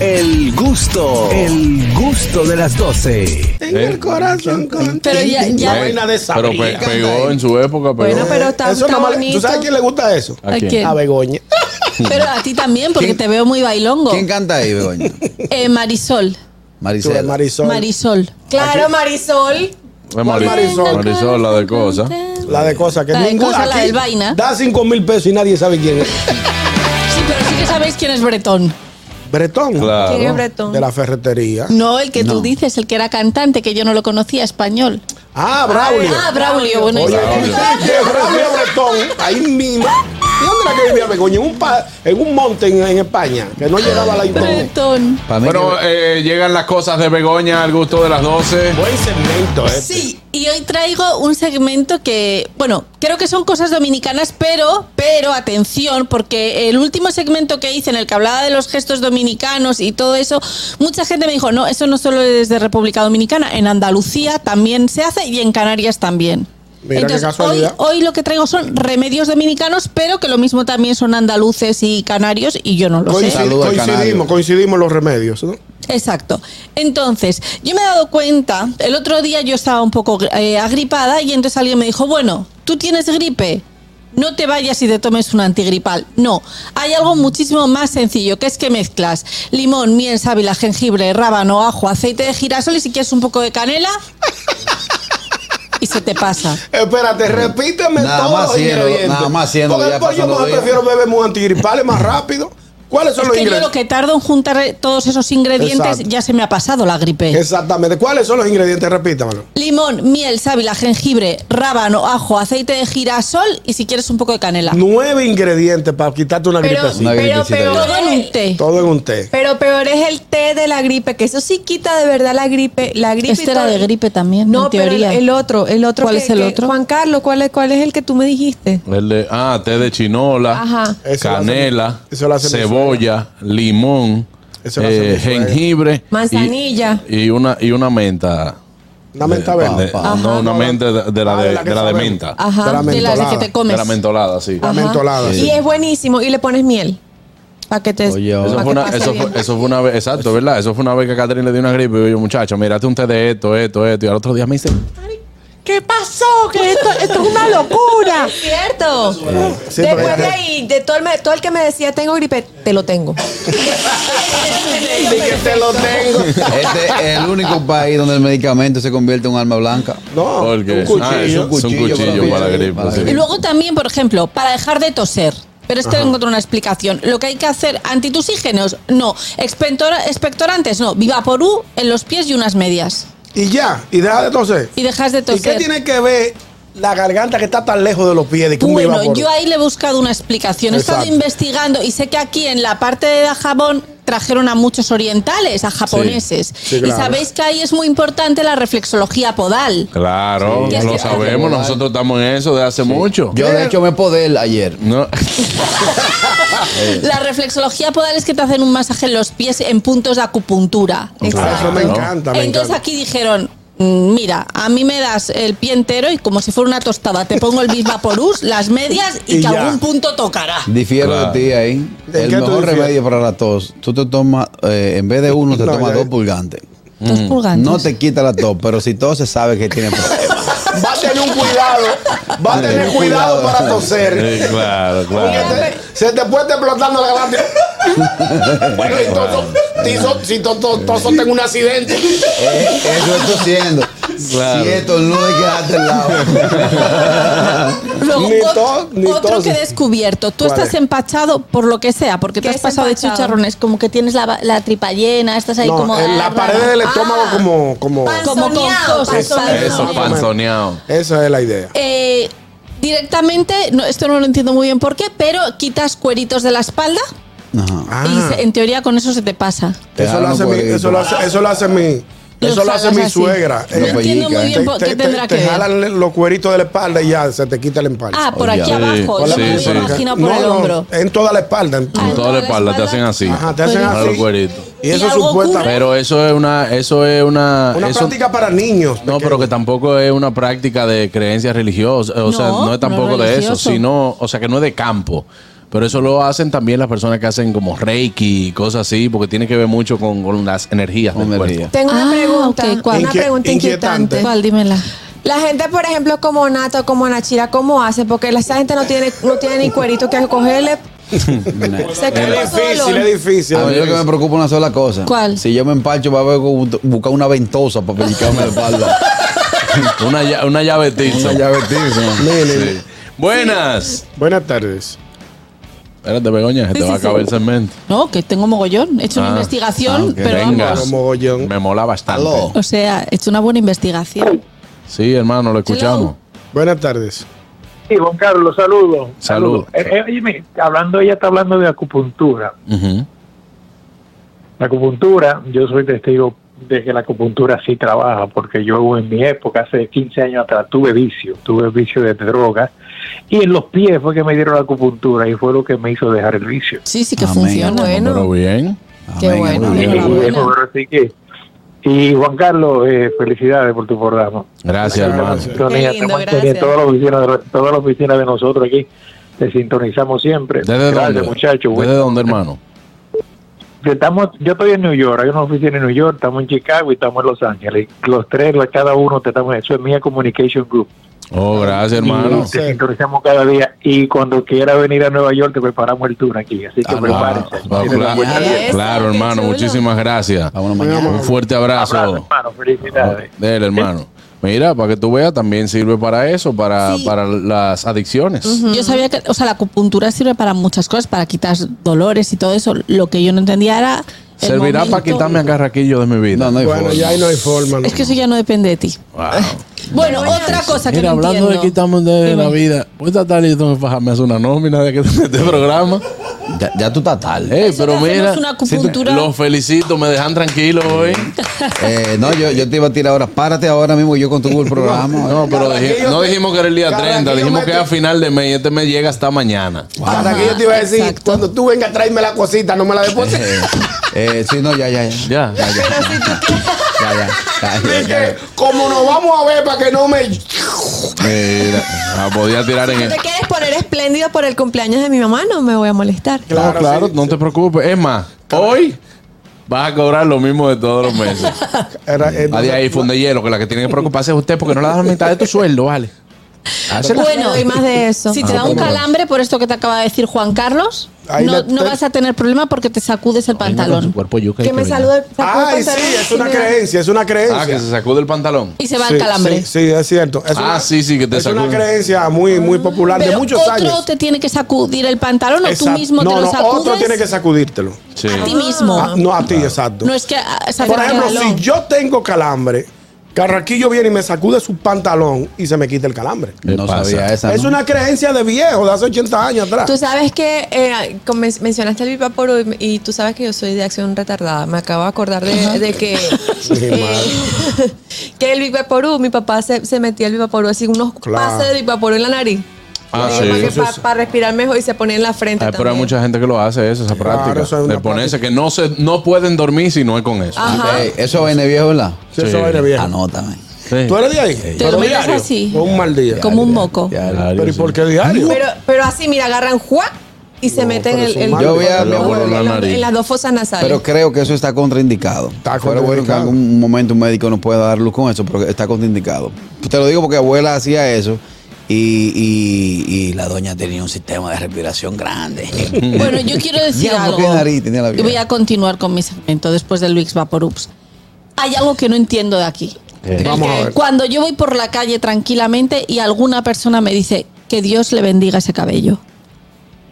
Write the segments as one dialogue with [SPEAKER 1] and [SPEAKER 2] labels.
[SPEAKER 1] El gusto, el gusto de las 12.
[SPEAKER 2] Tengo
[SPEAKER 3] ¿Eh?
[SPEAKER 2] el corazón contigo.
[SPEAKER 4] Pero ya- ya-
[SPEAKER 2] La vaina de esa
[SPEAKER 3] Pero pues, pe-
[SPEAKER 2] briga.
[SPEAKER 3] pegó en su época, pegó.
[SPEAKER 4] Bueno, pero está,
[SPEAKER 2] Eso
[SPEAKER 4] está
[SPEAKER 2] nada más-
[SPEAKER 4] bonito.
[SPEAKER 2] ¿Tú sabes quién le gusta eso?
[SPEAKER 3] ¿A
[SPEAKER 4] ¿A
[SPEAKER 3] quién?
[SPEAKER 4] quién?
[SPEAKER 2] A Begoña.
[SPEAKER 4] Pero a ti también, porque
[SPEAKER 5] ¿Quién-
[SPEAKER 4] te veo muy bailongo.
[SPEAKER 5] ¿Quién canta ahí, Begoña?
[SPEAKER 4] Eh, Marisol.
[SPEAKER 2] Tú eres
[SPEAKER 5] Maricela.
[SPEAKER 2] Marisol.
[SPEAKER 4] Marisol. Claro, Marisol.
[SPEAKER 3] La Mari-
[SPEAKER 2] Marisol.
[SPEAKER 3] Marisol, la de cosas.
[SPEAKER 2] La de cosas que
[SPEAKER 4] La de
[SPEAKER 2] ningún-
[SPEAKER 4] cosas, la
[SPEAKER 2] aquí
[SPEAKER 4] del vaina.
[SPEAKER 2] Da 5 mil pesos y nadie sabe quién es.
[SPEAKER 4] Sí, pero sí que sabéis quién es Bretón.
[SPEAKER 2] Bretón.
[SPEAKER 3] Claro.
[SPEAKER 2] De la ferretería.
[SPEAKER 4] No, el que tú
[SPEAKER 5] No.
[SPEAKER 4] dices, el que era cantante, que yo no lo conocía, español.
[SPEAKER 2] Ah, Braulio.
[SPEAKER 4] Ah, Braulio, bueno.
[SPEAKER 2] Oye,
[SPEAKER 4] yo-
[SPEAKER 2] ¿tú sabes qué? Braulio Bretón, ahí mismo. ¿Y dónde era que vivía Begoña? En un, pa- en un monte en, en España, que no llegaba a la internet.
[SPEAKER 4] Bretón.
[SPEAKER 5] Pa' mí
[SPEAKER 3] Bueno,
[SPEAKER 5] que-
[SPEAKER 3] eh, llegan las cosas de Begoña al gusto de las 12.
[SPEAKER 2] Buen segmento, ¿eh?
[SPEAKER 4] Sí, y hoy traigo un segmento que, bueno, creo que son cosas dominicanas, pero, pero atención, porque el último segmento que hice en el que hablaba de los gestos dominicanos y todo eso, mucha gente me dijo, no, eso no solo es de República Dominicana, en Andalucía también se hace y en Canarias también.
[SPEAKER 2] Mira qué
[SPEAKER 4] hoy,
[SPEAKER 2] casualidad.
[SPEAKER 4] hoy lo que traigo son remedios dominicanos, pero que lo mismo también son andaluces y canarios y yo no lo sé.
[SPEAKER 2] Coincid-
[SPEAKER 5] Saludos al
[SPEAKER 2] coincidimos,
[SPEAKER 5] canario.
[SPEAKER 2] coincidimos los remedios, ¿no?
[SPEAKER 4] Exacto. Entonces, yo me he dado cuenta, el otro día yo estaba un poco eh, agripada y entonces alguien me dijo, bueno, tú tienes gripe, no te vayas y te tomes un antigripal. No, hay algo muchísimo más sencillo, que es que mezclas limón, miel, sábila, jengibre, rábano, ajo, aceite de girasol y si quieres un poco de canela y se te pasa.
[SPEAKER 2] Espérate, repíteme
[SPEAKER 5] Nada
[SPEAKER 2] todos
[SPEAKER 5] más
[SPEAKER 2] los
[SPEAKER 5] siendo-
[SPEAKER 2] ingredientes.
[SPEAKER 5] nada más siendo
[SPEAKER 2] Porque
[SPEAKER 5] ya
[SPEAKER 2] después yo
[SPEAKER 5] pasando
[SPEAKER 2] mejor
[SPEAKER 5] días.
[SPEAKER 2] prefiero beber muy antigripales más rápido. ¿Cuáles son
[SPEAKER 4] Es
[SPEAKER 2] los
[SPEAKER 4] que yo lo
[SPEAKER 2] ingredientes?
[SPEAKER 4] que tardo en juntar eh, todos esos ingredientes
[SPEAKER 2] Exacto.
[SPEAKER 4] ya se me ha pasado la gripe.
[SPEAKER 2] Exactamente. ¿Cuáles son los ingredientes? Repítamelo.
[SPEAKER 4] Limón, miel, sábila, jengibre, rábano, ajo, aceite de girasol y si quieres un poco de canela.
[SPEAKER 2] Nueve ingredientes para quitarte una
[SPEAKER 6] Pero,
[SPEAKER 2] gripecita.
[SPEAKER 5] Una
[SPEAKER 6] pero,
[SPEAKER 5] gripecita
[SPEAKER 6] peor,
[SPEAKER 4] Todo en un té.
[SPEAKER 2] Todo en un té.
[SPEAKER 6] pero peor es el té de la gripe, que eso sí quita de verdad la gripe. La gripe y
[SPEAKER 4] Este era
[SPEAKER 6] todo.
[SPEAKER 4] de gripe también,
[SPEAKER 6] No,
[SPEAKER 4] en teoría.
[SPEAKER 6] pero el otro, el otro.
[SPEAKER 4] ¿Cuál
[SPEAKER 6] que-
[SPEAKER 4] es el
[SPEAKER 6] que-
[SPEAKER 4] otro?
[SPEAKER 6] Juan Carlos, ¿cuál es, ¿cuál es el que tú me dijiste?
[SPEAKER 3] El de- ah, té de chinola,
[SPEAKER 6] Ajá.
[SPEAKER 2] Eso lo hace-
[SPEAKER 3] canela,
[SPEAKER 2] eso lo hace mi
[SPEAKER 3] cebolla, limón,
[SPEAKER 2] Eso lo hace
[SPEAKER 3] eh,
[SPEAKER 2] mi suegra.
[SPEAKER 3] jengibre. y-
[SPEAKER 6] Manzanilla.
[SPEAKER 3] Y, una, y una menta.
[SPEAKER 2] Una menta verde.
[SPEAKER 3] De- no, una menta de, de la,
[SPEAKER 2] Ah,
[SPEAKER 3] de,
[SPEAKER 2] la que
[SPEAKER 3] de la de
[SPEAKER 2] sabe.
[SPEAKER 3] menta.
[SPEAKER 6] Ajá.
[SPEAKER 2] De la
[SPEAKER 4] de las de que
[SPEAKER 2] mentolada.
[SPEAKER 4] te Ah, comes.
[SPEAKER 3] De la mentolada, sí.
[SPEAKER 2] La mentolada.
[SPEAKER 6] Y es buenísimo. Y le pones miel. Para que te.
[SPEAKER 5] Oye,
[SPEAKER 6] pa'
[SPEAKER 3] Eso fue,
[SPEAKER 5] Para
[SPEAKER 6] que
[SPEAKER 3] una,
[SPEAKER 6] pase
[SPEAKER 3] eso,
[SPEAKER 6] bien.
[SPEAKER 3] fue, eso fue una vez, exacto, ¿verdad? Eso fue una vez que Catherine le dio una gripe y yo, digo, muchacho, mira, hazte un té de esto, esto, esto. Y al otro día me dice,
[SPEAKER 6] ¿Qué pasó? Que esto, esto es una locura. Es cierto.
[SPEAKER 2] Sí,
[SPEAKER 6] Después
[SPEAKER 2] porque-
[SPEAKER 6] de ahí, de todo el, me- todo el que me decía tengo gripe, te lo tengo.
[SPEAKER 2] Sí que te lo tengo.
[SPEAKER 5] Este es el único país donde el medicamento se convierte en un arma blanca.
[SPEAKER 2] No,
[SPEAKER 3] Porque-
[SPEAKER 2] un cuchillo.
[SPEAKER 3] ah, es un cuchillo,
[SPEAKER 5] para la
[SPEAKER 3] para la
[SPEAKER 5] gripe.
[SPEAKER 3] gripe. sí.
[SPEAKER 4] Y luego también, por ejemplo, para dejar de toser. Pero esto encuentro una explicación. Lo que hay que hacer, antitusígenos, no. Expectora- expectorantes, no. Vivaporú en los pies y unas medias.
[SPEAKER 2] Y ya, y deja de toser.
[SPEAKER 4] Y dejas de
[SPEAKER 2] ¿Y qué
[SPEAKER 4] toser.
[SPEAKER 2] tiene que ver la garganta que está tan lejos de los pies? De que un
[SPEAKER 4] Bueno,
[SPEAKER 2] vapor?
[SPEAKER 4] yo ahí le he buscado una explicación. He estado
[SPEAKER 2] Exacto.
[SPEAKER 4] investigando y sé que aquí en la parte de Japón trajeron a muchos orientales, a japoneses.
[SPEAKER 2] Sí, claro.
[SPEAKER 4] Y sabéis que ahí es muy importante la reflexología podal.
[SPEAKER 3] Claro,
[SPEAKER 4] Sí, es
[SPEAKER 3] lo
[SPEAKER 4] que-
[SPEAKER 3] sabemos, nosotros estamos en eso de hace mucho. Eh.
[SPEAKER 5] Yo, de hecho, me podé ayer.
[SPEAKER 3] No.
[SPEAKER 2] Eh.
[SPEAKER 4] La reflexología podal es que te hacen un masaje en los pies en puntos de acupuntura.
[SPEAKER 2] Ah, eso me
[SPEAKER 3] Claro.
[SPEAKER 2] encanta, me
[SPEAKER 4] Entonces
[SPEAKER 2] encanta.
[SPEAKER 4] aquí dijeron, "Mm, mira, a mí me das el pie entero y como si fuera una tostada, te pongo el bisvaporus, las medias y,
[SPEAKER 2] Y
[SPEAKER 4] que
[SPEAKER 2] ya.
[SPEAKER 4] algún punto tocará.
[SPEAKER 5] Difiero
[SPEAKER 3] Claro.
[SPEAKER 5] de ti ahí.
[SPEAKER 2] ¿En
[SPEAKER 5] El
[SPEAKER 2] qué tú
[SPEAKER 5] mejor
[SPEAKER 2] difieres?
[SPEAKER 5] remedio para la tos. Tú te tomas, eh, en vez de uno, te
[SPEAKER 2] No,
[SPEAKER 5] tomas
[SPEAKER 2] ya- Ah,
[SPEAKER 5] dos pulgantes.
[SPEAKER 4] Dos pulgantes.
[SPEAKER 5] No te quita la tos, pero si tos se sabe que tiene problemas.
[SPEAKER 2] Va a tener un cuidado. Va a
[SPEAKER 5] Vale,
[SPEAKER 2] tener
[SPEAKER 5] un
[SPEAKER 2] cuidado
[SPEAKER 5] cuidado.
[SPEAKER 2] para toser.
[SPEAKER 3] Sí, claro,
[SPEAKER 2] Porque
[SPEAKER 3] claro.
[SPEAKER 2] te- se te puede estar explotando la garganta. bueno, y toso, tiso- si to- to- toso tengo un accidente.
[SPEAKER 5] Eh, eso es tosiendo.
[SPEAKER 3] Claro.
[SPEAKER 5] Si esto no hay que darte al lado.
[SPEAKER 4] Luego,
[SPEAKER 2] Ni
[SPEAKER 4] ot-
[SPEAKER 2] tos, ni
[SPEAKER 4] otro
[SPEAKER 2] tos.
[SPEAKER 4] que he descubierto. Tú
[SPEAKER 2] ¿Cuál
[SPEAKER 4] estás
[SPEAKER 2] es?
[SPEAKER 4] empachado por lo que sea, porque te
[SPEAKER 6] ¿Qué
[SPEAKER 4] has
[SPEAKER 6] es
[SPEAKER 4] pasado de
[SPEAKER 6] empachado?
[SPEAKER 4] chicharrones, como que tienes la, la tripa llena, estás ahí
[SPEAKER 2] No,
[SPEAKER 4] como.
[SPEAKER 2] en la
[SPEAKER 4] ah,
[SPEAKER 2] pared
[SPEAKER 4] rara.
[SPEAKER 2] del estómago
[SPEAKER 6] Ah.
[SPEAKER 2] como, como.
[SPEAKER 4] Como con
[SPEAKER 6] Panzoneado,
[SPEAKER 4] cosas,
[SPEAKER 6] panzoneado.
[SPEAKER 3] Eso,
[SPEAKER 2] pan.
[SPEAKER 3] panzoneado.
[SPEAKER 2] Esa es la idea.
[SPEAKER 4] Eh, directamente, no, esto no lo entiendo muy bien por qué, pero quitas cueritos de la espalda
[SPEAKER 5] Ajá.
[SPEAKER 2] Ah,
[SPEAKER 4] y se- en teoría con eso se te pasa.
[SPEAKER 2] eso, lo hace mi, eso lo hace, eso lo hace mi,
[SPEAKER 4] Los
[SPEAKER 2] eso lo hace
[SPEAKER 4] jalas
[SPEAKER 2] mi
[SPEAKER 4] así.
[SPEAKER 2] suegra.
[SPEAKER 4] No
[SPEAKER 2] Eh,
[SPEAKER 4] entiendo muy bien por- qué tendrá
[SPEAKER 2] te
[SPEAKER 4] que ver.
[SPEAKER 2] jalan los cueritos de la espalda y ya se te quita el empalme.
[SPEAKER 4] Ah, por
[SPEAKER 5] Oye,
[SPEAKER 4] aquí
[SPEAKER 5] sí,
[SPEAKER 4] abajo.
[SPEAKER 3] por
[SPEAKER 4] Yo
[SPEAKER 3] la
[SPEAKER 4] me lo
[SPEAKER 3] sí.
[SPEAKER 4] imagino por
[SPEAKER 2] No,
[SPEAKER 4] el
[SPEAKER 2] no,
[SPEAKER 4] hombro.
[SPEAKER 2] en toda la espalda. en-
[SPEAKER 4] Ah,
[SPEAKER 3] En toda la espalda te hacen así.
[SPEAKER 2] Ajá, te hacen
[SPEAKER 4] Cuerito.
[SPEAKER 3] Claro,
[SPEAKER 2] así.
[SPEAKER 3] cuerito.
[SPEAKER 2] Y
[SPEAKER 4] ¿Y
[SPEAKER 2] eso
[SPEAKER 4] algo
[SPEAKER 2] supuestamente.
[SPEAKER 3] Pero eso es una, eso es una.
[SPEAKER 2] Una
[SPEAKER 3] eso-
[SPEAKER 2] práctica para niños.
[SPEAKER 3] No, pero que tampoco es una práctica de creencias religiosas. O sea,
[SPEAKER 4] No,
[SPEAKER 3] no es
[SPEAKER 4] no
[SPEAKER 3] tampoco
[SPEAKER 4] es
[SPEAKER 3] de eso,
[SPEAKER 4] religioso.
[SPEAKER 3] sino, o sea, que no es de campo. Pero eso lo hacen también las personas que hacen como reiki y cosas así, porque tiene que ver mucho con, con las energías
[SPEAKER 5] Con
[SPEAKER 3] del
[SPEAKER 5] energía.
[SPEAKER 3] cuerpo.
[SPEAKER 7] Tengo una
[SPEAKER 4] Ah,
[SPEAKER 7] pregunta.
[SPEAKER 4] ok, ¿cuál?
[SPEAKER 7] Una
[SPEAKER 2] Inquie-
[SPEAKER 7] pregunta
[SPEAKER 2] inquietante.
[SPEAKER 7] inquietante.
[SPEAKER 4] ¿Cuál? Dímela.
[SPEAKER 7] La gente, por ejemplo, como Nato, como Nachira, ¿cómo hace? Porque la- esa gente no tiene, no tiene ni cuerito que cogerle. Se quedó
[SPEAKER 2] Es difícil,
[SPEAKER 7] solo.
[SPEAKER 2] es difícil.
[SPEAKER 5] A mí lo que me preocupa es una sola cosa.
[SPEAKER 4] ¿Cuál?
[SPEAKER 5] Si yo me empacho, va a haber que buscar una ventosa para pellizcarme la espalda.
[SPEAKER 3] Una, lla- una llave tiza.
[SPEAKER 5] Una llave tiza.
[SPEAKER 3] Sí. Buenas.
[SPEAKER 2] Buenas tardes.
[SPEAKER 3] Espérate, Begoña, se
[SPEAKER 4] Sí,
[SPEAKER 3] te va a
[SPEAKER 4] sí,
[SPEAKER 3] acabar el
[SPEAKER 4] sí.
[SPEAKER 3] segmento.
[SPEAKER 4] No, que tengo mogollón. He hecho
[SPEAKER 3] Ah,
[SPEAKER 4] una investigación,
[SPEAKER 5] ah, ok.
[SPEAKER 4] pero
[SPEAKER 3] Venga.
[SPEAKER 4] vamos.
[SPEAKER 2] Como mogollón.
[SPEAKER 3] Me mola bastante.
[SPEAKER 5] Aló.
[SPEAKER 4] O sea, he hecho una buena investigación.
[SPEAKER 3] Sí, hermano, lo escuchamos.
[SPEAKER 2] Buenas tardes.
[SPEAKER 8] Sí, Juan Carlos, saludos.
[SPEAKER 3] Saludos.
[SPEAKER 8] Eh, eh, oye, mire, hablando, ella está hablando de acupuntura.
[SPEAKER 3] Ujú.
[SPEAKER 8] La acupuntura, yo soy testigo de que la acupuntura sí trabaja, porque yo en mi época, hace 15 años atrás, tuve vicio, tuve vicio de drogas, y en los pies fue que me dieron la acupuntura y fue lo que me hizo dejar el vicio.
[SPEAKER 4] Sí, sí que
[SPEAKER 5] Amén,
[SPEAKER 4] funciona.
[SPEAKER 5] amén.
[SPEAKER 3] No, Pero bien.
[SPEAKER 7] Qué
[SPEAKER 5] Amén,
[SPEAKER 7] bueno.
[SPEAKER 5] amén.
[SPEAKER 8] Y,
[SPEAKER 4] Enhorabuena.
[SPEAKER 8] eso, pero así que- y Juan Carlos, eh, felicidades por tu programa.
[SPEAKER 3] Gracias, hermano.
[SPEAKER 8] Sintonía,
[SPEAKER 7] Qué lindo,
[SPEAKER 8] te mantiene
[SPEAKER 7] gracias.
[SPEAKER 8] Todas las oficinas de, todas las oficinas de nosotros aquí. Te sintonizamos siempre.
[SPEAKER 3] ¿Desde
[SPEAKER 8] Gracias,
[SPEAKER 3] dónde?
[SPEAKER 8] muchachos. Buen-
[SPEAKER 3] ¿Desde dónde, hermano?
[SPEAKER 8] Estamos, yo estoy en New York, hay una oficina en New York, estamos en Chicago y estamos en Los Ángeles. Los tres, la- cada uno, te estamos, eso es Mía Communication Group.
[SPEAKER 3] Oh, gracias, hermano.
[SPEAKER 8] Y te sintonizamos cada día y cuando quiera venir a Nueva York te preparamos el tour aquí, así que
[SPEAKER 5] Ah, no,
[SPEAKER 3] Ah,
[SPEAKER 8] prepárense.
[SPEAKER 3] ah,
[SPEAKER 8] Tienen la
[SPEAKER 3] claro,
[SPEAKER 8] buena vida.
[SPEAKER 7] Eso,
[SPEAKER 3] claro,
[SPEAKER 7] qué
[SPEAKER 3] hermano,
[SPEAKER 7] chulo.
[SPEAKER 3] muchísimas gracias.
[SPEAKER 5] Vámonos mañana.
[SPEAKER 3] Un fuerte abrazo.
[SPEAKER 8] Abrazo, hermano, felicidades.
[SPEAKER 3] Del hermano. Mira, para que tú veas, también sirve para eso, para,
[SPEAKER 4] Sí.
[SPEAKER 3] para las adicciones.
[SPEAKER 4] Yo sabía que, o sea, la acupuntura sirve para muchas cosas, para quitar dolores y todo eso. Lo que yo no entendía era. el
[SPEAKER 3] Servirá para
[SPEAKER 4] momento-
[SPEAKER 3] quitarme a carraquillo de mi vida.
[SPEAKER 5] No, no hay
[SPEAKER 2] Bueno,
[SPEAKER 5] forma.
[SPEAKER 2] ya ahí no hay forma. ¿no?
[SPEAKER 4] Es que eso ya no depende de ti.
[SPEAKER 3] Wow.
[SPEAKER 4] Bueno, otra cosa que
[SPEAKER 3] Mira,
[SPEAKER 4] no
[SPEAKER 3] hablando de
[SPEAKER 4] entiendo.
[SPEAKER 3] quitarme de la
[SPEAKER 4] Dime.
[SPEAKER 3] vida, pues esta tarde yo tengo que bajarme a hacer una nómina de que de este programa.
[SPEAKER 5] Ya, ya tú estás tarde.
[SPEAKER 3] Eh,
[SPEAKER 4] Eso
[SPEAKER 3] pero
[SPEAKER 4] que
[SPEAKER 3] mira,
[SPEAKER 4] hacemos una acupuntura.
[SPEAKER 3] los felicito, me dejan tranquilo hoy.
[SPEAKER 5] Eh, no, yo, yo te iba a tirar ahora. Párate ahora mismo. Yo contuvo el programa. Eh,
[SPEAKER 3] No, pero dije-
[SPEAKER 2] Carraquillo
[SPEAKER 3] no
[SPEAKER 2] te-
[SPEAKER 3] dijimos que era el día 30,
[SPEAKER 2] Carraquillo
[SPEAKER 3] dijimos
[SPEAKER 2] me
[SPEAKER 3] que
[SPEAKER 2] te-
[SPEAKER 3] era final de mes y este mes llega hasta mañana.
[SPEAKER 2] Hasta que yo te iba a decir,
[SPEAKER 4] exacto.
[SPEAKER 2] cuando tú vengas a traerme la cosita, no me la deposites.
[SPEAKER 5] Eh, eh, sí, no, ya, ya. Ya,
[SPEAKER 3] Ya.
[SPEAKER 5] ya. Ya, ya, ya, ya, ya,
[SPEAKER 2] Dije,
[SPEAKER 5] ya.
[SPEAKER 2] como nos vamos a ver para que no me.
[SPEAKER 3] Mira, ah, podía tirar en
[SPEAKER 7] Si
[SPEAKER 3] el.
[SPEAKER 7] te quieres poner espléndido por el cumpleaños de mi mamá, no me voy a molestar.
[SPEAKER 3] Claro, claro, no te preocupes. Es más, hoy vas a cobrar lo mismo de todos los meses.
[SPEAKER 2] Era- era-
[SPEAKER 3] Va de ahí, fundellero, que la que tiene que preocuparse es usted porque no le das la mitad de tu sueldo, vale. Hazla.
[SPEAKER 7] Bueno, doy más de eso.
[SPEAKER 4] Si te
[SPEAKER 2] Ah,
[SPEAKER 4] da un calambre por esto que te acaba de decir Juan Carlos,
[SPEAKER 2] Ahí
[SPEAKER 4] no,
[SPEAKER 2] la-
[SPEAKER 4] no vas a tener problema porque te sacudes el
[SPEAKER 3] Con su
[SPEAKER 4] pantalón.
[SPEAKER 3] cuerpo yuca y
[SPEAKER 7] que me
[SPEAKER 3] cabello.
[SPEAKER 7] salude. sacude
[SPEAKER 2] Ay,
[SPEAKER 7] el pantalón
[SPEAKER 2] sí, es
[SPEAKER 7] y
[SPEAKER 2] una
[SPEAKER 7] me da-
[SPEAKER 2] creencia, es una creencia.
[SPEAKER 3] Ah, que se sacó del pantalón.
[SPEAKER 4] Y se va
[SPEAKER 2] Sí,
[SPEAKER 4] el calambre.
[SPEAKER 2] Sí, sí, es cierto. Es
[SPEAKER 3] Ah,
[SPEAKER 2] una-
[SPEAKER 3] sí, sí, que te
[SPEAKER 2] Es una
[SPEAKER 3] sacude.
[SPEAKER 2] creencia muy, muy popular de
[SPEAKER 4] Pero
[SPEAKER 2] muchos
[SPEAKER 4] otro
[SPEAKER 2] años.
[SPEAKER 4] te tiene que sacudir el pantalón o tú
[SPEAKER 2] Exacto.
[SPEAKER 4] mismo
[SPEAKER 2] no,
[SPEAKER 4] te lo
[SPEAKER 2] no,
[SPEAKER 4] sacudes
[SPEAKER 2] otro tiene que sacudírtelo.
[SPEAKER 3] Sí.
[SPEAKER 4] a ti mismo.
[SPEAKER 2] Ah, no, a ti, exacto.
[SPEAKER 4] No es que ah, sacudir
[SPEAKER 2] Por ejemplo,
[SPEAKER 4] el
[SPEAKER 2] si
[SPEAKER 4] pantalón.
[SPEAKER 2] yo tengo calambre, Carraquillo viene y me sacude su pantalón y se me quita el calambre.
[SPEAKER 3] ¿Qué
[SPEAKER 5] No
[SPEAKER 3] pasa?
[SPEAKER 5] sabía esa.
[SPEAKER 2] Es
[SPEAKER 5] ¿no?
[SPEAKER 2] una creencia de viejo, de hace 80 años atrás.
[SPEAKER 7] Tú sabes que eh, como men- mencionaste el Bipaporo y, y tú sabes que yo soy de acción retardada. Me acabo de acordar de, de que.
[SPEAKER 2] Mi
[SPEAKER 7] eh,
[SPEAKER 2] madre.
[SPEAKER 7] que el Bipaporo, mi papá se, se metía el Bipaporo, así unos
[SPEAKER 2] Claro.
[SPEAKER 7] pases de Bipaporo en la nariz. Eh,
[SPEAKER 3] Ah, sí.
[SPEAKER 7] Para respirar mejor y se ponía en la frente.
[SPEAKER 3] Ay, pero hay
[SPEAKER 7] también.
[SPEAKER 3] mucha gente que lo hace, eso, esa práctica.
[SPEAKER 2] eso es una
[SPEAKER 3] de ponerse que no se, no pueden dormir si no es con eso.
[SPEAKER 7] Ajá.
[SPEAKER 5] Ey, Eh, eso viene viejo, ¿verdad?
[SPEAKER 2] Sí,
[SPEAKER 3] Sí.
[SPEAKER 2] eso viene bien.
[SPEAKER 5] Anótame.
[SPEAKER 3] Sí.
[SPEAKER 2] ¿Tú eres de ahí?
[SPEAKER 4] Te lo miras así.
[SPEAKER 2] O un mal día.
[SPEAKER 4] Como un
[SPEAKER 7] Oh.
[SPEAKER 4] moco.
[SPEAKER 5] Ya.
[SPEAKER 3] Claro,
[SPEAKER 2] Pero ¿y
[SPEAKER 3] sí.
[SPEAKER 2] por qué diario?
[SPEAKER 7] Pero, pero así, mira, agarran juac y se meten
[SPEAKER 2] pero
[SPEAKER 7] el,
[SPEAKER 2] son
[SPEAKER 7] el-
[SPEAKER 2] malos.
[SPEAKER 5] Yo voy a-
[SPEAKER 7] en
[SPEAKER 5] mi abuelo
[SPEAKER 7] en
[SPEAKER 3] la
[SPEAKER 7] los-
[SPEAKER 3] nariz.
[SPEAKER 7] en las dos fosas nasales.
[SPEAKER 5] Pero creo que eso está contraindicado.
[SPEAKER 2] Está
[SPEAKER 5] Fuera bueno que
[SPEAKER 2] contraindicado.
[SPEAKER 5] en algún momento un médico nos pueda dar luz con eso, pero está contraindicado. Te lo digo porque abuela hacía eso y, y- y la doña tenía un sistema de respiración grande.
[SPEAKER 4] Bueno, yo quiero decir
[SPEAKER 5] Ya,
[SPEAKER 4] algo.
[SPEAKER 5] porque nariz tenía la
[SPEAKER 4] Yo voy a continuar con mi segmento después del Luis Vaporups. Hay algo que no entiendo de aquí.
[SPEAKER 2] Eh, Vamos a ver.
[SPEAKER 5] Pues-
[SPEAKER 4] Cuando yo voy por la calle tranquilamente y alguna persona me dice que Dios le bendiga ese cabello.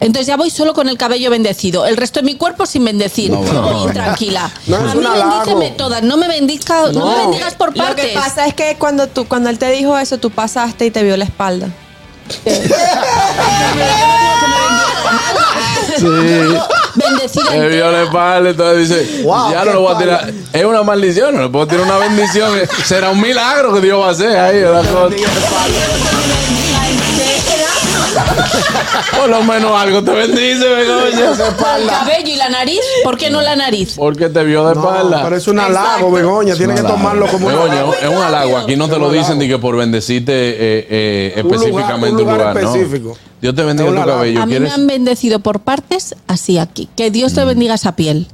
[SPEAKER 4] Entonces ya voy solo con el cabello bendecido, el resto de mi cuerpo sin bendecir.
[SPEAKER 5] No, bueno.
[SPEAKER 4] Voy tranquila.
[SPEAKER 2] No, es
[SPEAKER 4] a mí
[SPEAKER 2] un halago.
[SPEAKER 4] bendíceme todas, no me, bendiga, no. me
[SPEAKER 2] No.
[SPEAKER 4] bendigas por
[SPEAKER 7] Lo
[SPEAKER 4] partes.
[SPEAKER 7] que pasa es que cuando, tú, cuando él te dijo eso, tú pasaste y te vio la espalda.
[SPEAKER 4] Bendecida
[SPEAKER 3] Le
[SPEAKER 5] Eh,
[SPEAKER 3] vio la espalda, entonces dice,
[SPEAKER 2] Wow,
[SPEAKER 3] ya
[SPEAKER 2] qué
[SPEAKER 3] no lo voy a tirar. Es una maldición, no le puedo tirar una bendición. Será un milagro que Dios va a hacer ahí. la cosa. Por lo menos algo te bendice, Begoña.
[SPEAKER 4] El cabello y la nariz, ¿por qué no la nariz?
[SPEAKER 3] Porque te vio de espalda.
[SPEAKER 2] pero es un halago,
[SPEAKER 4] Exacto.
[SPEAKER 2] Begoña. Tienes que
[SPEAKER 5] halago.
[SPEAKER 2] tomarlo como un
[SPEAKER 3] Begoña,
[SPEAKER 2] halago.
[SPEAKER 3] es un halago. Aquí no te lo dicen ni que por bendecirte eh, eh,
[SPEAKER 2] Un lugar-
[SPEAKER 3] específicamente
[SPEAKER 2] un
[SPEAKER 3] un
[SPEAKER 2] lugar
[SPEAKER 3] lugar, ¿no?
[SPEAKER 2] específico.
[SPEAKER 3] Dios te bendiga
[SPEAKER 2] Es
[SPEAKER 3] tu
[SPEAKER 2] un halago.
[SPEAKER 3] cabello.
[SPEAKER 4] A mí me
[SPEAKER 3] ¿Quieres?
[SPEAKER 4] han bendecido por partes así aquí. Que Dios
[SPEAKER 2] Mm.
[SPEAKER 4] te bendiga esa piel.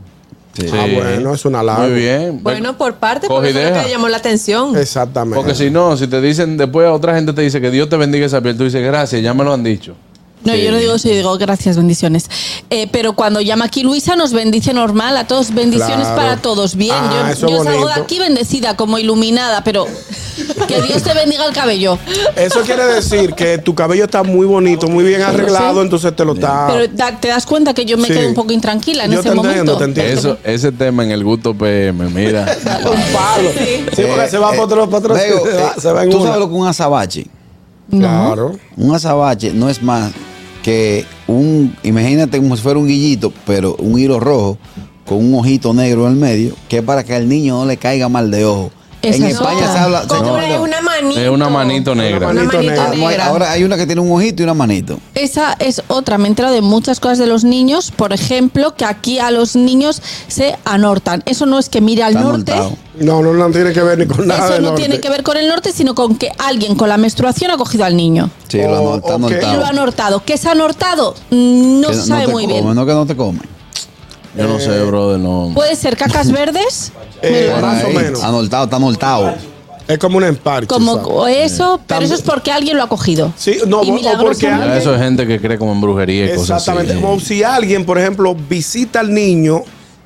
[SPEAKER 2] Ah, bueno, es un halago.
[SPEAKER 3] Muy bien.
[SPEAKER 7] Bueno, por parte,
[SPEAKER 3] Coge
[SPEAKER 7] porque
[SPEAKER 3] y
[SPEAKER 7] eso es lo
[SPEAKER 3] deja.
[SPEAKER 7] que le llamó la atención.
[SPEAKER 2] Exactamente.
[SPEAKER 3] Porque si no, si te dicen, después otra gente te dice que Dios te bendiga esa piel, tú dices, gracias, ya me lo han dicho.
[SPEAKER 4] No, yo no digo eso, yo digo gracias, bendiciones. Eh, pero cuando llama aquí Luisa, nos bendice normal a todos, bendiciones
[SPEAKER 2] Claro.
[SPEAKER 4] para todos. Bien,
[SPEAKER 2] Ah,
[SPEAKER 4] yo-
[SPEAKER 2] eso
[SPEAKER 4] yo,
[SPEAKER 2] es
[SPEAKER 4] salgo de
[SPEAKER 2] bonito.
[SPEAKER 4] aquí bendecida, como iluminada, pero que Dios te bendiga el cabello.
[SPEAKER 2] Eso quiere decir que tu cabello está muy bonito, muy bien arreglado, entonces te lo está.
[SPEAKER 4] Pero da- te das cuenta que yo me
[SPEAKER 2] Ah. Sí.
[SPEAKER 4] quedo un poco intranquila en
[SPEAKER 2] Yo
[SPEAKER 4] ese
[SPEAKER 2] te entiendo,
[SPEAKER 4] momento.
[SPEAKER 2] te entiendo.
[SPEAKER 3] Eso, ese tema en el gusto PM, mira.
[SPEAKER 2] un palo. Sí, porque se va para otro. Para otro
[SPEAKER 5] Leo,
[SPEAKER 2] se va,
[SPEAKER 5] eh,
[SPEAKER 2] se va en
[SPEAKER 5] Tú
[SPEAKER 2] una.
[SPEAKER 5] sabes lo que es un azabache.
[SPEAKER 2] Claro.
[SPEAKER 5] Un azabache no es más que un, imagínate como si fuera un guillito, pero un hilo rojo con un ojito negro en el medio, que es para que al niño no le caiga mal de ojo.
[SPEAKER 4] Esa
[SPEAKER 5] en
[SPEAKER 4] es
[SPEAKER 5] España
[SPEAKER 4] otra.
[SPEAKER 5] se habla. se
[SPEAKER 7] Como
[SPEAKER 5] llama-
[SPEAKER 7] es una manito.
[SPEAKER 3] Es una manito negra.
[SPEAKER 7] Una manito
[SPEAKER 2] Manito
[SPEAKER 5] Ah, no, hay-
[SPEAKER 7] negra.
[SPEAKER 5] ahora hay una que tiene un ojito y una manito.
[SPEAKER 4] Esa es otra, me he enterado de muchas cosas de los niños, por ejemplo, que aquí a los niños se anortan. Eso no es que mire al
[SPEAKER 5] Está
[SPEAKER 4] norte,
[SPEAKER 5] montado.
[SPEAKER 2] No, no, no tiene que ver ni con nada.
[SPEAKER 4] eso
[SPEAKER 2] del
[SPEAKER 4] no tiene
[SPEAKER 2] norte.
[SPEAKER 4] que ver con el norte, sino con que alguien con la menstruación ha cogido al niño.
[SPEAKER 5] Sí, lo
[SPEAKER 2] O-
[SPEAKER 5] han- está
[SPEAKER 2] o que-
[SPEAKER 4] Y lo ha
[SPEAKER 5] montado.
[SPEAKER 4] anortado. ¿Qué es anortado? Mm, No
[SPEAKER 5] Que
[SPEAKER 4] se sabe
[SPEAKER 5] te
[SPEAKER 4] muy
[SPEAKER 5] come,
[SPEAKER 4] bien.
[SPEAKER 5] No que no te comen.
[SPEAKER 3] Yo no sé, brother, no.
[SPEAKER 4] Puede ser cacas verdes,
[SPEAKER 2] Eh,
[SPEAKER 5] Por
[SPEAKER 2] más o
[SPEAKER 5] ahí,
[SPEAKER 2] menos.
[SPEAKER 5] Anoltado, está anoltado.
[SPEAKER 2] Es como un emparche. ¿sabes?
[SPEAKER 4] como eso, pero eso
[SPEAKER 2] También-
[SPEAKER 4] es porque alguien lo ha cogido.
[SPEAKER 2] Sí, no,
[SPEAKER 4] Y
[SPEAKER 2] o porque
[SPEAKER 4] milagrosamente-
[SPEAKER 3] Ya eso es gente que cree como en brujería y cosas así.
[SPEAKER 2] Exactamente. Como si alguien, por ejemplo, visita al niño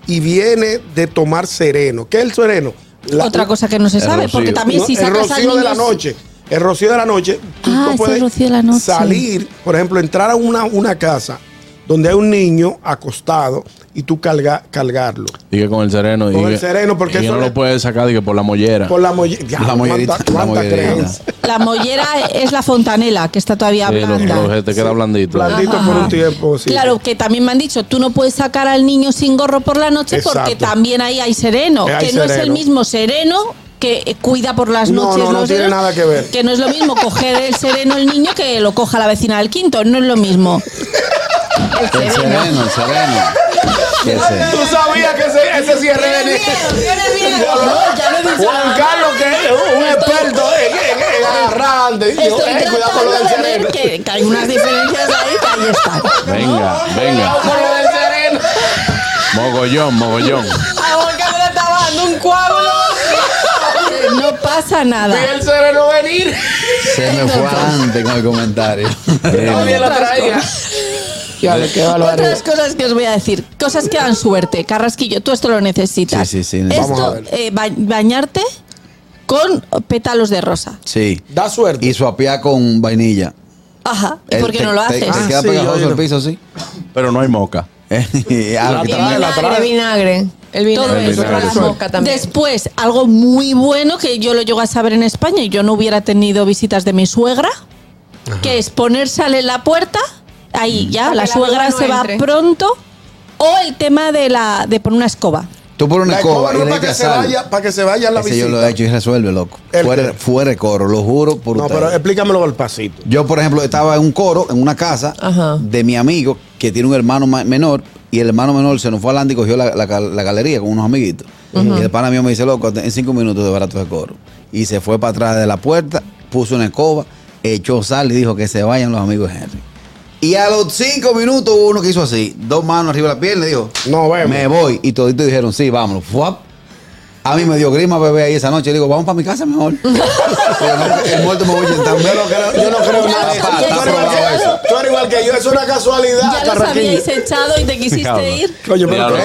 [SPEAKER 2] y viene de tomar sereno. ¿Qué es el sereno? La-
[SPEAKER 4] Otra cosa que no se
[SPEAKER 3] el
[SPEAKER 4] sabe,
[SPEAKER 3] rocío.
[SPEAKER 4] porque también
[SPEAKER 2] No,
[SPEAKER 4] si
[SPEAKER 2] el
[SPEAKER 4] sacas al
[SPEAKER 2] rocío de la
[SPEAKER 4] niño-
[SPEAKER 2] noche. El rocío de la noche. Tú,
[SPEAKER 4] Ah,
[SPEAKER 2] tú
[SPEAKER 4] ese
[SPEAKER 2] puedes
[SPEAKER 4] rocío de la noche.
[SPEAKER 2] salir, por ejemplo, entrar a una, una casa donde hay un niño acostado y tú carga- cargarlo.
[SPEAKER 3] Dije con el sereno.
[SPEAKER 2] Con
[SPEAKER 3] dije-
[SPEAKER 2] el sereno, porque
[SPEAKER 3] y
[SPEAKER 2] eso
[SPEAKER 3] no
[SPEAKER 2] le-
[SPEAKER 3] lo puedes sacar dije, por la mollera.
[SPEAKER 2] Por la, molle- Diablo,
[SPEAKER 5] Ah. La mollerita,
[SPEAKER 2] cuánta-
[SPEAKER 5] la
[SPEAKER 2] cuánta
[SPEAKER 5] mollerita.
[SPEAKER 2] creencia.
[SPEAKER 4] La mollera es la fontanela, que está todavía
[SPEAKER 3] Sí, lo-
[SPEAKER 4] blanda.
[SPEAKER 3] lo que te queda blandito.
[SPEAKER 2] Blandito por un tiempo. sí.
[SPEAKER 4] Claro, que también me han dicho, tú no puedes sacar al niño sin gorro por la noche porque
[SPEAKER 2] Exacto.
[SPEAKER 4] también ahí hay sereno,
[SPEAKER 2] Eh, hay
[SPEAKER 4] que no es el
[SPEAKER 2] sereno.
[SPEAKER 4] mismo sereno que eh, cuida por las
[SPEAKER 2] No,
[SPEAKER 4] noches.
[SPEAKER 2] no, no
[SPEAKER 4] los
[SPEAKER 2] tiene
[SPEAKER 4] serenos,
[SPEAKER 2] nada que ver.
[SPEAKER 4] Que no es lo mismo coger el sereno el niño que lo coja la vecina del quinto, no es lo mismo.
[SPEAKER 5] El sereno, el sereno. ¿Qué es eso?
[SPEAKER 2] Tú sabías que ese, ese cierre de Juan Carlos, que es un experto en, en, en agarrar, de- dijo,
[SPEAKER 4] Estoy
[SPEAKER 2] eh, cuidado con
[SPEAKER 4] tratando
[SPEAKER 2] lo del
[SPEAKER 4] de
[SPEAKER 2] sereno.
[SPEAKER 4] ver que, que hay unas diferencias ahí que ahí están.
[SPEAKER 3] Venga, venga.
[SPEAKER 2] Cuidado con lo del sereno.
[SPEAKER 3] Mogollón, mogollón.
[SPEAKER 7] A Juan Carlos le estaba dando un coágulo.
[SPEAKER 4] Que No pasa nada.
[SPEAKER 2] Vi el sereno venir.
[SPEAKER 5] Se me fue adelante con el comentario.
[SPEAKER 2] Nadie lo traía. Ya le quedó la
[SPEAKER 4] Otras cosas que os voy a decir, cosas que dan suerte. Carrasquillo, tú esto lo necesitas.
[SPEAKER 5] Sí, sí, sí,
[SPEAKER 2] vamos a
[SPEAKER 4] Esto,
[SPEAKER 2] ver.
[SPEAKER 4] eh, ba- bañarte con pétalos de rosa.
[SPEAKER 5] Sí.
[SPEAKER 2] Da suerte.
[SPEAKER 5] Y suapiar con vainilla.
[SPEAKER 4] Ajá. ¿Y
[SPEAKER 5] Eh,
[SPEAKER 4] por qué
[SPEAKER 5] te-
[SPEAKER 4] no lo
[SPEAKER 5] te-
[SPEAKER 4] haces?
[SPEAKER 5] Te
[SPEAKER 2] Ah,
[SPEAKER 5] queda
[SPEAKER 2] sí,
[SPEAKER 5] pegajoso
[SPEAKER 2] yo-
[SPEAKER 5] el piso, sí.
[SPEAKER 3] Pero no hay moca.
[SPEAKER 5] Eh, ah, que también-
[SPEAKER 2] la
[SPEAKER 7] Vinagre,
[SPEAKER 2] trae.
[SPEAKER 7] vinagre. El
[SPEAKER 4] Todo
[SPEAKER 7] vinagre.
[SPEAKER 4] eso.
[SPEAKER 7] para Ah, la
[SPEAKER 3] Vinagre.
[SPEAKER 7] mosca también.
[SPEAKER 4] Después, algo muy bueno que yo lo llego a saber en España y yo no hubiera tenido visitas de mi suegra, que es ponérsele en la puerta, ahí
[SPEAKER 5] Mm.
[SPEAKER 4] ya,
[SPEAKER 7] Para
[SPEAKER 4] la
[SPEAKER 7] que la
[SPEAKER 4] suegra
[SPEAKER 7] luna no
[SPEAKER 4] se va
[SPEAKER 7] entre.
[SPEAKER 4] pronto, o el tema de, la, de poner una escoba.
[SPEAKER 5] Tú pones una
[SPEAKER 2] La
[SPEAKER 5] escoba
[SPEAKER 2] escoba
[SPEAKER 5] y
[SPEAKER 2] no
[SPEAKER 5] le
[SPEAKER 2] para que
[SPEAKER 5] echas
[SPEAKER 2] se
[SPEAKER 5] sal.
[SPEAKER 2] vaya, para que se vaya la
[SPEAKER 5] Ese yo
[SPEAKER 2] visita.
[SPEAKER 5] lo he hecho y resuelve, loco.
[SPEAKER 2] ¿El
[SPEAKER 5] Fuera,
[SPEAKER 2] qué?
[SPEAKER 5] fuera de coro, lo juro por
[SPEAKER 2] No,
[SPEAKER 5] usted.
[SPEAKER 2] pero explícamelo al pasito.
[SPEAKER 5] Yo, por ejemplo, estaba en un coro, en una casa
[SPEAKER 7] Ajá.
[SPEAKER 5] de mi amigo que tiene un hermano ma- menor y el hermano menor se nos fue adelante y cogió la, la gal- la galería con unos amiguitos. Y el pana mío me dice, loco, en cinco minutos de barato de coro. Y se fue para atrás de la puerta, puso una escoba, echó sal y dijo que se vayan los amigos de Henry. Y a los cinco minutos hubo uno que hizo así, dos manos arriba de la pierna y dijo,
[SPEAKER 2] No vemos.
[SPEAKER 5] me voy. Y toditos dijeron, sí, vámonos. Fuap. A mí me dio grima bebé ahí esa noche. Le digo, vamos para mi casa mejor. el muerto me voy a intentar. Yo no creo,
[SPEAKER 2] Yo no creo nada de eso.
[SPEAKER 5] Está,
[SPEAKER 2] Tú
[SPEAKER 5] está
[SPEAKER 2] eres igual
[SPEAKER 5] probado eso.
[SPEAKER 2] que- Tú eres igual que yo, es una casualidad,
[SPEAKER 4] ya los
[SPEAKER 2] Carraquillo.
[SPEAKER 4] habíais echado y te quisiste ir.
[SPEAKER 2] Oye, pero
[SPEAKER 3] Diablo,
[SPEAKER 2] ¿qué?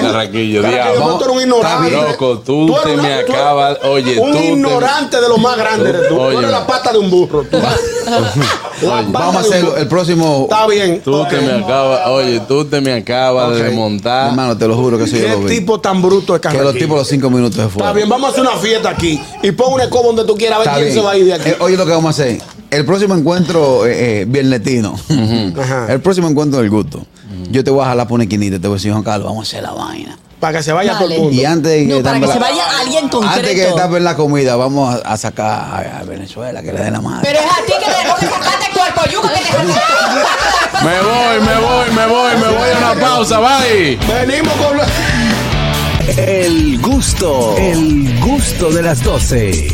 [SPEAKER 2] Carraquillo,
[SPEAKER 3] Carraquillo, diablo.
[SPEAKER 2] pero tú eres un ignorante.
[SPEAKER 5] Está bien.
[SPEAKER 3] Loco, tú te
[SPEAKER 2] eres
[SPEAKER 3] me
[SPEAKER 2] tú eres
[SPEAKER 3] acabas- oye,
[SPEAKER 2] un
[SPEAKER 3] tú te-
[SPEAKER 2] ignorante de lo más grande eres tú. Tú
[SPEAKER 3] Oye.
[SPEAKER 2] eres la pata de un burro. tú. La pata
[SPEAKER 5] Vamos
[SPEAKER 2] de
[SPEAKER 5] a
[SPEAKER 2] un
[SPEAKER 5] hacerlo.
[SPEAKER 2] burro.
[SPEAKER 5] El próximo.
[SPEAKER 2] Está bien.
[SPEAKER 3] Tú te me acabas, oye, tú te me acabas
[SPEAKER 5] Ok.
[SPEAKER 3] de montar.
[SPEAKER 5] Hermano, te lo juro que eso yo
[SPEAKER 2] Qué
[SPEAKER 5] lo vi.
[SPEAKER 2] tipo tan bruto es
[SPEAKER 5] que
[SPEAKER 2] Carraquillo.
[SPEAKER 5] los tipos a los cinco minutos se
[SPEAKER 2] Está bien,
[SPEAKER 5] fueron.
[SPEAKER 2] vamos a hacer una fiesta aquí y pon una escoba donde tú quieras a ver
[SPEAKER 5] Está
[SPEAKER 2] quién
[SPEAKER 5] bien.
[SPEAKER 2] se va a ir de aquí.
[SPEAKER 5] Eh, oye, lo que vamos a hacer. El próximo encuentro eh, eh, viernetino.
[SPEAKER 2] Ajá.
[SPEAKER 5] El próximo encuentro del gusto. Yo te voy a jalar por una esquinita. Te voy a decir, Juan Carlos, vamos a hacer la vaina.
[SPEAKER 2] Para que se vaya
[SPEAKER 4] Vale.
[SPEAKER 2] todo el mundo.
[SPEAKER 5] Y antes de que,
[SPEAKER 4] No, para
[SPEAKER 5] tapen
[SPEAKER 4] que
[SPEAKER 5] la-
[SPEAKER 4] se vaya alguien
[SPEAKER 5] Antes que
[SPEAKER 4] concreto.
[SPEAKER 5] tapen la comida, vamos a, a sacar a, a Venezuela, que le den la madre.
[SPEAKER 7] Pero es a ti que te tengo que sacarte el cuerpo yuco que te sacaste.
[SPEAKER 3] pausa, bye.
[SPEAKER 2] Venimos con... la-
[SPEAKER 1] El gusto, el gusto de las 12.